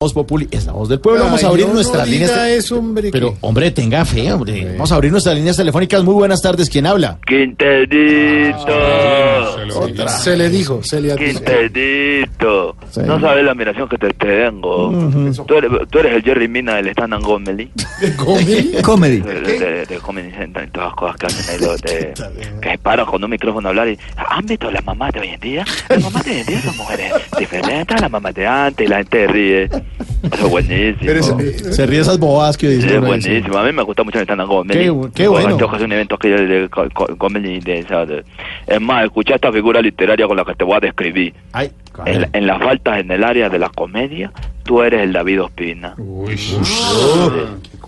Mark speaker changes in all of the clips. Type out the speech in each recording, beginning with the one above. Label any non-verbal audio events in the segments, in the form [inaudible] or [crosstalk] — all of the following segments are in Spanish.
Speaker 1: Voz Populi, es la voz del pueblo. Vamos
Speaker 2: Ay,
Speaker 1: a abrir
Speaker 2: no, no
Speaker 1: nuestras
Speaker 2: diga
Speaker 1: líneas. te-
Speaker 2: eso, hombre,
Speaker 1: Pero,
Speaker 2: que-
Speaker 1: hombre, tenga fe, hombre. Vamos a abrir nuestras líneas telefónicas. Muy buenas tardes. ¿Quién habla?
Speaker 3: Quinterito,
Speaker 1: Otra.
Speaker 2: Se le dijo, se le [laughs] advirtió.
Speaker 3: Quinterito, no sabes la admiración que te tengo. tú, eres, tú eres el Jerry Mina del Stan and Gomely,
Speaker 2: ¿Comedy?
Speaker 1: Comedy.
Speaker 3: de, de, de Comedy Central, todas las cosas que hacen ahí, los de- que se paran con un micrófono a hablar y ¿han visto las mamás de hoy en día? Las mamás de hoy en día son mujeres diferentes a las mamás de antes y la gente ríe. Eso es buenísimo.
Speaker 2: Pero ese-
Speaker 1: Se ríe esas bobadas que
Speaker 3: Sí,
Speaker 1: dicen.
Speaker 3: es
Speaker 1: uno, dice.
Speaker 3: buenísimo. A mí me gusta mucho el stand-up comedy.
Speaker 1: Qué bu- qué bueno.
Speaker 3: Cuando haces un evento que yo de co- co- comedy de esa- de- Es más, escucha esta figura literaria con la que te voy a describir.
Speaker 1: Ay,
Speaker 3: En, la- en las faltas en el área de la comedia, tú eres el David Ospina. Eh,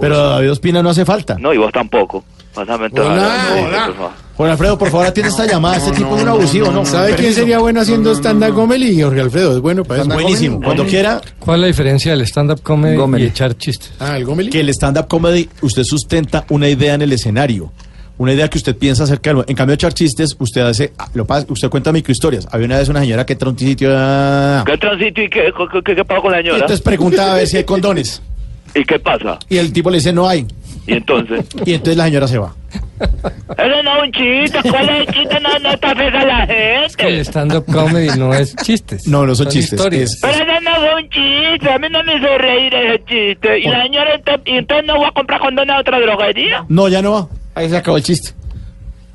Speaker 1: pero David Ospina no hace falta.
Speaker 3: No, y vos tampoco. Pásame toda
Speaker 2: Hola,
Speaker 3: la- sí,
Speaker 2: hola.
Speaker 3: por favor.
Speaker 1: Juan Alfredo, por favor, atiende esta llamada. Este tipo es un abusivo, ¿no?
Speaker 2: ¿Sabe quién
Speaker 1: Permiso.
Speaker 2: sería bueno haciendo stand-up comedy? Jorge Alfredo, es bueno para eso.
Speaker 1: Buenísimo. Cuando quiera,
Speaker 4: ¿Cuál es la diferencia del stand-up comedy y echar chistes?
Speaker 2: Ah, el comedy.
Speaker 1: que el stand-up comedy, usted sustenta una idea en el escenario. Una idea que usted piensa acerca del... En cambio, echar chistes, usted hace... ah, Lo, pas- usted cuenta microhistorias. Había una vez una señora que entra a un sitio... ah,
Speaker 3: ¿Qué transito y qué, qué, qué- qué pasa con la
Speaker 1: y
Speaker 3: señora?
Speaker 1: entonces pregunta a ver si hay condones.
Speaker 3: ¿Y qué pasa?
Speaker 1: Y el tipo le dice, no hay.
Speaker 3: Y entonces...
Speaker 1: Y entonces la señora se va.
Speaker 3: Eso no es un chiste. ¿Cuál es el chiste? No, no está a la
Speaker 4: El
Speaker 3: gente.
Speaker 4: stand-up comedy no es chistes.
Speaker 1: No, no son chistes,
Speaker 4: historias.
Speaker 1: es-
Speaker 3: Pero eso no fue un chiste, a mí no me hizo reír ese chiste. Y la señora, ento- ¿y entonces no voy a comprar condones a otra droguería.
Speaker 1: No, ya no va. Ahí se acabó el chiste.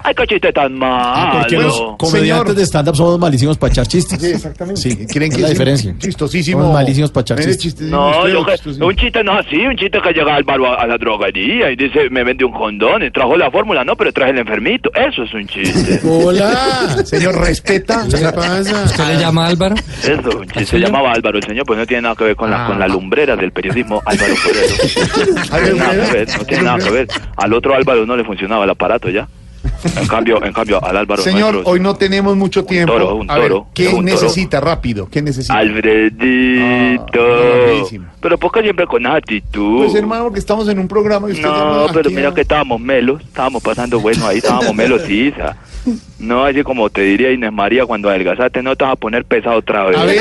Speaker 3: Ay, qué chiste tan
Speaker 1: Ah,
Speaker 3: Ah,
Speaker 1: Porque los
Speaker 3: malo.
Speaker 1: comediantes
Speaker 2: señor.
Speaker 1: de stand-up somos malísimos para echar chistes.
Speaker 2: Sí, exactamente.
Speaker 1: Sí,
Speaker 2: ¿Creen
Speaker 1: es
Speaker 2: que
Speaker 1: la
Speaker 2: sí?
Speaker 1: diferencia.
Speaker 2: Chistosísimo.
Speaker 1: Somos malísimos para echar
Speaker 2: Mire,
Speaker 1: chistes.
Speaker 2: chistosísimo,
Speaker 3: No,
Speaker 2: usted,
Speaker 3: yo que,
Speaker 2: chistosísimo.
Speaker 3: un chiste no es así, un chiste que llega al bar o a, a la droguería y dice, me vende un condón y trajo la fórmula, no, pero traje el enfermito. Eso es
Speaker 1: [laughs]
Speaker 3: un chiste.
Speaker 5: [laughs]
Speaker 2: Hola.
Speaker 1: Señor, respeta.
Speaker 2: Ah. ¿Qué le pasa?
Speaker 4: ¿Usted le llama a Álvaro?
Speaker 3: Eso es un chiste. Se llamaba Álvaro el señor, pues no tiene nada que ver con la, con la lumbrera del periodismo Álvaro Forero. No tiene nada que ver, no tiene nada que ver. Al otro Álvaro no le funcionaba el aparato ya. En cambio, en cambio al Álvaro
Speaker 5: Señor,
Speaker 3: nuestro-
Speaker 5: hoy no tenemos mucho tiempo.
Speaker 3: toro, un
Speaker 5: A ver,
Speaker 3: toro,
Speaker 5: ¿qué
Speaker 3: un toro.
Speaker 5: necesita rápido? ¿Qué necesita?
Speaker 3: Alfredito.
Speaker 5: Ah, buenísimo.
Speaker 3: pero ¿por qué siempre con esa actitud?
Speaker 5: Pues hermano, que estamos en un programa y usted
Speaker 3: no,
Speaker 5: llama
Speaker 3: pero
Speaker 5: aquí
Speaker 3: mira
Speaker 5: a-
Speaker 3: que estábamos melos, estábamos pasando bueno ahí, estábamos melos y Isa. No, así como te diría Inés María, cuando adelgazaste no te vas a poner pesado otra vez.
Speaker 5: A
Speaker 3: [laughs]
Speaker 5: ver,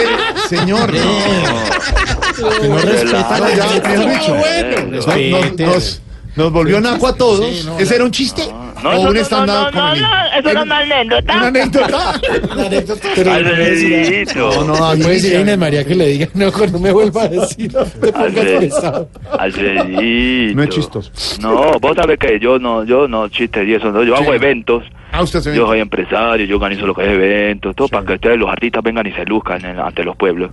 Speaker 5: señor.
Speaker 1: Que no respeta
Speaker 3: Relaja.
Speaker 1: la
Speaker 5: ya, mejor dicho.
Speaker 3: Eso.
Speaker 5: No, no,
Speaker 1: Respete.
Speaker 5: nos, nos volvió naco a todos. ¿Ese era un chiste?
Speaker 3: No,
Speaker 5: ¿O
Speaker 3: eso
Speaker 5: un
Speaker 3: no, no,
Speaker 5: stand-up
Speaker 3: no, no,
Speaker 5: comedy?
Speaker 3: no, eso era una anécdota.
Speaker 5: Una anécdota.
Speaker 2: Pero-
Speaker 3: Alfredito.
Speaker 5: No, no,
Speaker 2: Puede
Speaker 5: David.
Speaker 2: decir a Inés María que le diga, no, no me vuelva a decir. No te pongas
Speaker 3: Alfred-
Speaker 2: pesado.
Speaker 3: Alfredito.
Speaker 5: No es chistoso.
Speaker 3: No, vos sabés que yo no, yo no chistes y eso, no, yo hago eventos.
Speaker 5: Ah, usted se ve.
Speaker 3: Yo soy empresario, yo organizo lo que es eventos, todo para que ustedes los artistas vengan y se luzcan en- ante los pueblos.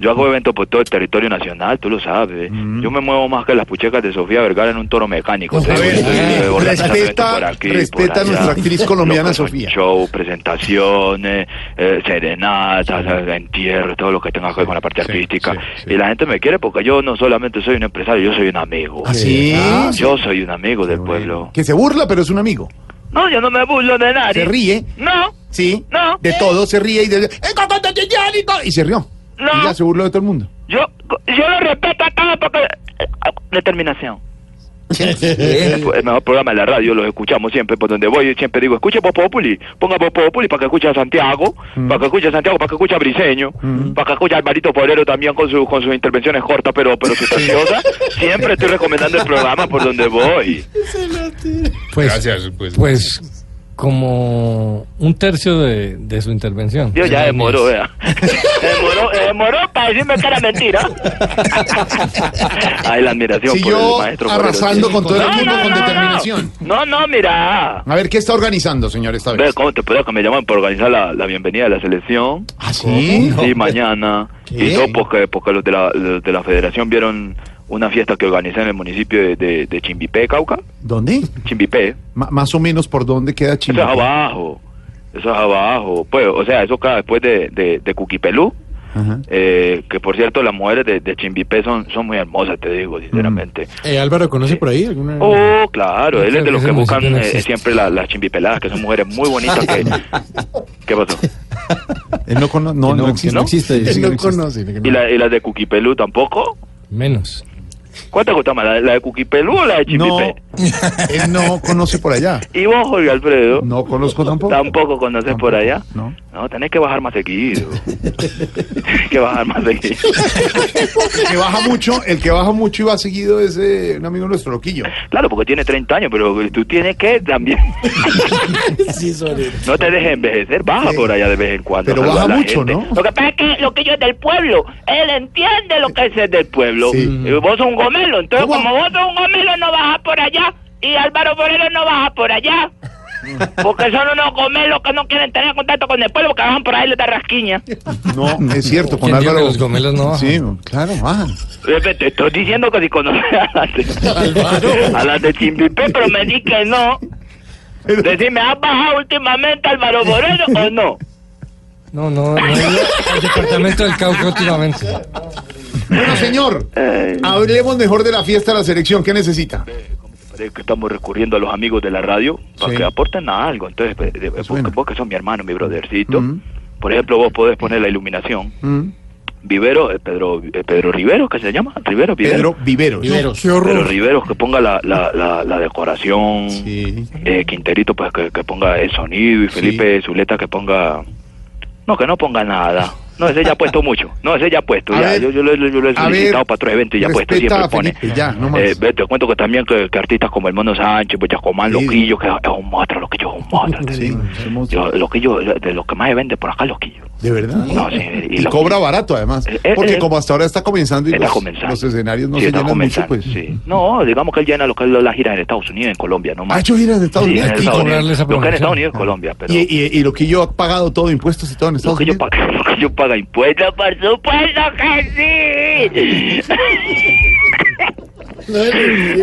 Speaker 3: Yo hago eventos por todo el territorio nacional, tú lo sabes. Yo me muevo más que las puchecas de Sofía Vergara en un toro mecánico.
Speaker 5: A ver, eh, respeta- respeta a nuestra actriz colombiana,
Speaker 3: Lo que son
Speaker 5: Sofía.
Speaker 3: Show, presentaciones, eh, serenatas, eh, entierros, todo lo que tenga que ver con la parte artística. Y la gente me quiere porque yo no solamente soy un empresario, yo soy un amigo.
Speaker 5: ¿Ah, Sí.
Speaker 3: Yo soy un amigo del pueblo.
Speaker 5: Que se burla, pero es un amigo.
Speaker 3: No, yo no me burlo de nadie.
Speaker 5: Se ríe.
Speaker 3: No,
Speaker 5: Sí.
Speaker 3: No.
Speaker 5: De todo se ríe y de... ¡Eh, Y se rió.
Speaker 3: No.
Speaker 5: Y ya se burló de todo el mundo.
Speaker 3: yo, yo lo respeto a todos porque... Determinación. El [laughs] el mejor programa de la radio, los escuchamos siempre por donde voy. Yo siempre digo, escuche Voz Populi, ponga Voz Populi para que escuche a Santiago, para que escuche a Santiago, para que escuche a Briseño, para que escuche a Alvarito Forero también con, su, con sus intervenciones cortas pero, pero sustanciosas. siempre estoy recomendando el programa por donde voy.
Speaker 4: Pues, Gracias, pues. como un tercio de, de su intervención.
Speaker 3: Dios, ya demoró, vea. demoró, demoró para decirme que era mentira. Ay, la admiración por el
Speaker 5: Siguió
Speaker 3: maestro. Forero.
Speaker 5: arrasando con todo el
Speaker 3: No,
Speaker 5: mundo
Speaker 3: no,
Speaker 5: con
Speaker 3: no, no.
Speaker 5: determinación. Pues.
Speaker 3: No, no, mira.
Speaker 5: A ver, ¿qué está organizando, señor, esta
Speaker 3: Ve,
Speaker 5: vez?
Speaker 3: ¿cómo te puedo que me llaman para organizar la, la bienvenida de la selección?
Speaker 5: ¿Ah, sí?
Speaker 3: Sí, mañana. Y todo porque, porque los, de la, los de la federación vieron una fiesta que organizé en el municipio de, de, de Chimbipé, Cauca.
Speaker 5: ¿Dónde?
Speaker 3: Chimbipé.
Speaker 5: Ma- más o menos por dónde queda
Speaker 3: Eso es
Speaker 5: Chile.
Speaker 3: abajo. Eso es abajo. Pues, o sea, eso acá después de, de, de Cuquipelú. eh, que por cierto las mujeres de, de Chimbipé son, son muy hermosas, te digo, sinceramente.
Speaker 2: Eh, Álvaro, ¿conoce por ahí alguna?
Speaker 3: Oh, claro, él es de los
Speaker 4: Mm. Ese
Speaker 3: que buscan
Speaker 4: municipio no
Speaker 3: eh,
Speaker 4: existe.
Speaker 3: siempre la- las chimbipeladas, que son mujeres muy bonitas.
Speaker 4: [laughs]
Speaker 3: Que, ¿Qué pasó?
Speaker 1: Él no, cono- no,
Speaker 3: Que no,
Speaker 1: no existe.
Speaker 3: ¿no?
Speaker 1: No existe,
Speaker 2: Él
Speaker 1: sí,
Speaker 2: no
Speaker 1: no existe.
Speaker 2: conoce. que no.
Speaker 3: ¿Y, la- y las de Cuquipelú tampoco?
Speaker 4: Menos.
Speaker 3: ¿Cuál te gusta más, la, la de Cuquipelú o la de
Speaker 5: No,
Speaker 3: Chimbipé?
Speaker 5: él no conoce por allá.
Speaker 3: ¿Y vos, Jorge Alfredo?
Speaker 5: No conozco tampoco.
Speaker 3: ¿Tampoco conoces por allá?
Speaker 5: No.
Speaker 3: No, tenés que bajar
Speaker 5: [laughs]
Speaker 3: más seguido. [laughs] tenés que bajar más seguido.
Speaker 5: El que baja mucho, el que baja mucho y va seguido es eh, un amigo nuestro, Loquillo.
Speaker 3: Claro, porque tiene 30 años, pero tú tienes
Speaker 5: [laughs]
Speaker 3: que también. No te dejes envejecer, baja por allá de vez en cuando.
Speaker 5: Pero
Speaker 3: saluda a
Speaker 5: baja
Speaker 3: la
Speaker 5: mucho,
Speaker 3: gente.
Speaker 5: ¿no?
Speaker 3: Lo que pasa es que lo que yo es del pueblo, él entiende lo que es ser del pueblo.
Speaker 5: Sí.
Speaker 3: Y vos sos un gomelo, entonces
Speaker 5: ¿Cómo?
Speaker 3: como vos sos un gomelo no bajas por allá y Álvaro Forero no baja por
Speaker 5: [laughs]
Speaker 3: allá. Porque son unos gomelos que no quieren tener contacto con el pueblo, porque bajan por ahí les da rasquiña.
Speaker 5: No, es cierto, con
Speaker 4: ¿Quién dijo que
Speaker 5: Álvaro.
Speaker 4: los gomelos no bajan?
Speaker 5: Sí, claro, bajan.
Speaker 3: Pepe, Te estoy diciendo que si conoces a las de, a las de Chimbipé, pero me di que no. Decime, ¿has bajado últimamente Álvaro Moreno o no?
Speaker 4: No, no, no. he ido al departamento del Cauca últimamente.
Speaker 5: Bueno, señor, hablemos mejor de la fiesta de la selección. ¿Qué necesita?
Speaker 3: Parece que estamos recurriendo a los amigos de la radio para
Speaker 5: Sí.
Speaker 3: que aporten a algo. Entonces, pues, de- vos,
Speaker 5: suena.
Speaker 3: vos que sos mi hermano, mi brothercito,
Speaker 5: Mm.
Speaker 3: por ejemplo, vos podés poner la iluminación.
Speaker 5: Mm.
Speaker 3: Vivero, eh, Pedro, eh, Pedro Rivero, ¿qué se llama? Rivero,
Speaker 5: Pedro
Speaker 3: Vivero.
Speaker 5: Viveros.
Speaker 2: Qué
Speaker 3: Pedro
Speaker 2: horror.
Speaker 3: Rivero, que ponga la, la, la, la decoración.
Speaker 5: Sí.
Speaker 3: eh, Quinterito pues que, que ponga el sonido y Felipe Zuleta que ponga no que no ponga nada no ese ya ha puesto mucho no ese ya ha puesto
Speaker 5: A
Speaker 3: ya,
Speaker 5: ver,
Speaker 3: yo, yo lo, yo lo he
Speaker 5: a ver,
Speaker 3: solicitado para otros eventos y ya ha puesto
Speaker 5: respeta
Speaker 3: siempre
Speaker 5: a
Speaker 3: pone
Speaker 5: Felipe, ya, no más.
Speaker 3: Eh, ve, te cuento que también que, que artistas como el Mono Sánchez pues Chacomán
Speaker 5: Sí.
Speaker 3: Loquillo que es un monstruo Loquillo es un monstruo te
Speaker 5: Sí,
Speaker 3: digo. Yo, Loquillo de los que más se vende por acá Loquillo
Speaker 5: de verdad.
Speaker 3: No, sí, y
Speaker 5: y
Speaker 3: lo-
Speaker 5: cobra barato además,
Speaker 3: Eh, eh,
Speaker 5: porque
Speaker 3: eh.
Speaker 5: como hasta ahora está comenzando y
Speaker 3: está
Speaker 5: los,
Speaker 3: comenzando
Speaker 5: los escenarios no
Speaker 3: Sí,
Speaker 5: se
Speaker 3: está
Speaker 5: llenan mucho,
Speaker 3: comenzando,
Speaker 5: pues.
Speaker 3: sí. no digamos que él llena lo que es la gira en Estados Unidos en Colombia no más
Speaker 5: Ha hecho giras en Estados
Speaker 3: Sí,
Speaker 5: Unidos
Speaker 3: en
Speaker 5: y,
Speaker 3: Estados
Speaker 5: con-
Speaker 4: cobrarle
Speaker 3: Unidos.
Speaker 4: esa
Speaker 3: Lo que en
Speaker 4: promoción.
Speaker 3: Estados Unidos es Colombia pero
Speaker 5: y, y- y Loquillo ha pagado todo, impuestos y todo en
Speaker 3: Lo
Speaker 5: Estados
Speaker 3: que, yo
Speaker 5: Unidos.
Speaker 3: paga, lo que yo paga impuestos, por supuesto que sí.
Speaker 5: [laughs]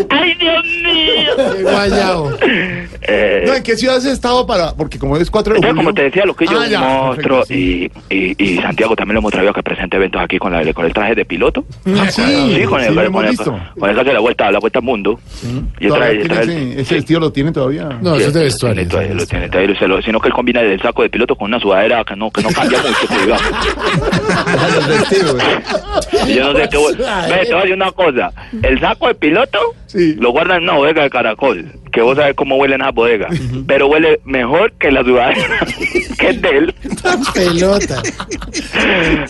Speaker 3: Ay, Dios mío.
Speaker 2: Qué guayao.
Speaker 3: [laughs] Eh,
Speaker 5: No, ¿en qué ciudad has estado para...? Porque como es 4 de
Speaker 3: entonces,
Speaker 5: julio...
Speaker 3: como te decía, lo que yo
Speaker 5: Ah, ya,
Speaker 3: monstruo
Speaker 5: perfecto, sí.
Speaker 3: y, y, y Santiago también lo hemos traído a que presente eventos aquí con, la, con el traje de piloto.
Speaker 5: Ah, sí,
Speaker 3: Sí, con el,
Speaker 5: sí, lo
Speaker 3: con el,
Speaker 5: hemos
Speaker 3: con el,
Speaker 5: visto.
Speaker 3: con el traje de la vuelta, la vuelta al mundo. Y el traje,
Speaker 5: Todavía
Speaker 3: el
Speaker 5: tiene
Speaker 3: traje-
Speaker 5: ese, ese vestido lo tiene todavía.
Speaker 2: No, eso es de vestuario.
Speaker 3: Tiene todavía, lo tiene todavía, se lo- sino que él combina el saco de piloto con una sudadera que no, que no cambia mucho, que digamos.
Speaker 5: El vestido, güey.
Speaker 3: Y Yo no sé qué. voy- Ve, te voy a decir una cosa. El saco de piloto
Speaker 5: Sí.
Speaker 3: lo guardan en una bodega de caracol. Que vos sabés cómo huelen esas bodegas. Pero huele mejor que la ciudad [laughs] que es de él.
Speaker 2: Pelota.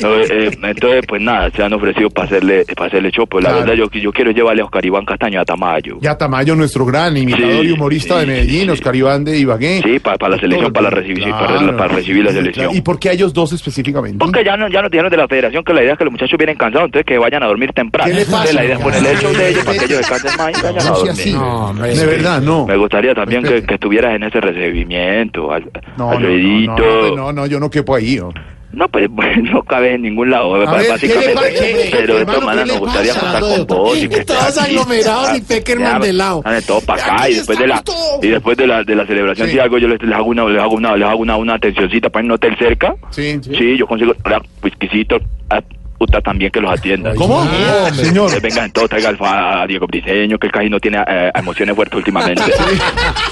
Speaker 3: No, eh, eh, entonces, pues nada, se han ofrecido para hacerle, para hacerle show. Pero
Speaker 5: Claro.
Speaker 3: la verdad, yo, yo quiero llevarle a Oscar Iván Castaño a Tamayo.
Speaker 5: [laughs] Ya Tamayo, nuestro gran imitador
Speaker 3: Sí,
Speaker 5: y humorista
Speaker 3: sí,
Speaker 5: de Medellín,
Speaker 3: sí, sí.
Speaker 5: Oscar Iván de Ibagué.
Speaker 3: Sí, para, para la selección, para, la recibir, para,
Speaker 5: Claro.
Speaker 3: para recibir la
Speaker 5: Sí,
Speaker 3: selección.
Speaker 5: claro. ¿Y por qué a ellos dos específicamente?
Speaker 3: Porque ya no, ya nos dijeron de la federación que la idea es que los muchachos vienen cansados, entonces que vayan a dormir temprano.
Speaker 5: ¿Qué le pasa?
Speaker 3: Entonces la idea es ponerle el show de ellos para que ellos descansen más y vayan
Speaker 5: No,
Speaker 3: a
Speaker 5: sí,
Speaker 3: dormir.
Speaker 5: así.
Speaker 2: No, hombre.
Speaker 5: de verdad, no.
Speaker 3: Me gustaría también que,
Speaker 5: Respete.
Speaker 3: que estuvieras en ese recibimiento, al,
Speaker 5: No, no, no,
Speaker 3: Alfredito.
Speaker 5: no, no, no, no, yo no quepo ahí. oh.
Speaker 3: No, pues [laughs] bueno, no cabes en ningún lado,
Speaker 5: A ver,
Speaker 3: básicamente.
Speaker 5: ¿qué le pasa?
Speaker 3: pero de
Speaker 5: Hermano,
Speaker 3: todas maneras
Speaker 5: ¿qué
Speaker 3: nos
Speaker 5: le
Speaker 3: gustaría
Speaker 5: pasa?
Speaker 3: contar
Speaker 5: Todo-
Speaker 3: con vos. [laughs] Y que
Speaker 2: todos
Speaker 3: estés aquí.
Speaker 2: aglomerados y
Speaker 3: Ah,
Speaker 2: Peckerman
Speaker 3: ya,
Speaker 2: de lado.
Speaker 3: sale todo para acá y después de la
Speaker 2: todos.
Speaker 3: y después de la, de la celebración
Speaker 5: Sí.
Speaker 3: si algo yo les, les hago una les hago una les hago una, una atencioncita para ir a un hotel cerca.
Speaker 5: Sí, sí.
Speaker 3: yo consigo ah, exquisitos ah, puta también que los atiendan.
Speaker 5: ¿Cómo?
Speaker 2: Ah,
Speaker 5: señor.
Speaker 3: Que vengan todos, traiga alfa a Diego Briseño, que el casi no tiene eh, emociones
Speaker 5: [laughs]
Speaker 3: fuertes últimamente.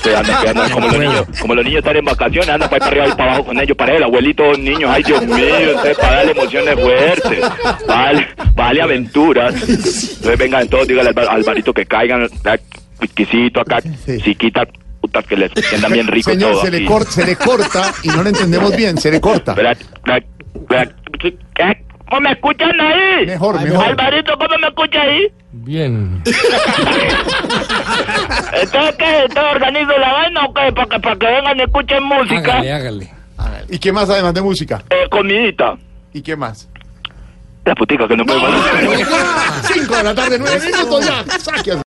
Speaker 3: Se andan quedando como los niños, como los niños están en vacaciones, andan para arriba y para abajo con ellos, para el abuelito, dos niños, ay Dios mío, entonces para darle emociones fuertes, vale, vale aventuras. Entonces vengan todos, díganle al, bar- al barito que caigan, ah, exquisito acá, chiquita, puta, que les sientan bien rico
Speaker 5: Señor,
Speaker 3: todo.
Speaker 5: se le,
Speaker 3: aquí.
Speaker 5: corta, se le corta y no lo entendemos bien, se le corta.
Speaker 3: Espera, espera, espera. ¿Qué? ¿Cómo me escuchan ahí?
Speaker 5: Mejor, mejor.
Speaker 3: Alvarito, ¿cómo me escucha ahí?
Speaker 4: Bien.
Speaker 3: ¿Entonces qué? ¿Entonces organizo la vaina o qué? Para que, para que vengan y escuchen música.
Speaker 4: Hágale, hágale.
Speaker 5: ¿Y qué más además de música?
Speaker 3: Eh, comidita.
Speaker 5: ¿Y qué más?
Speaker 3: La putica que no puede pasar.
Speaker 5: Cinco de la tarde, nueve minutos ya. Saque a-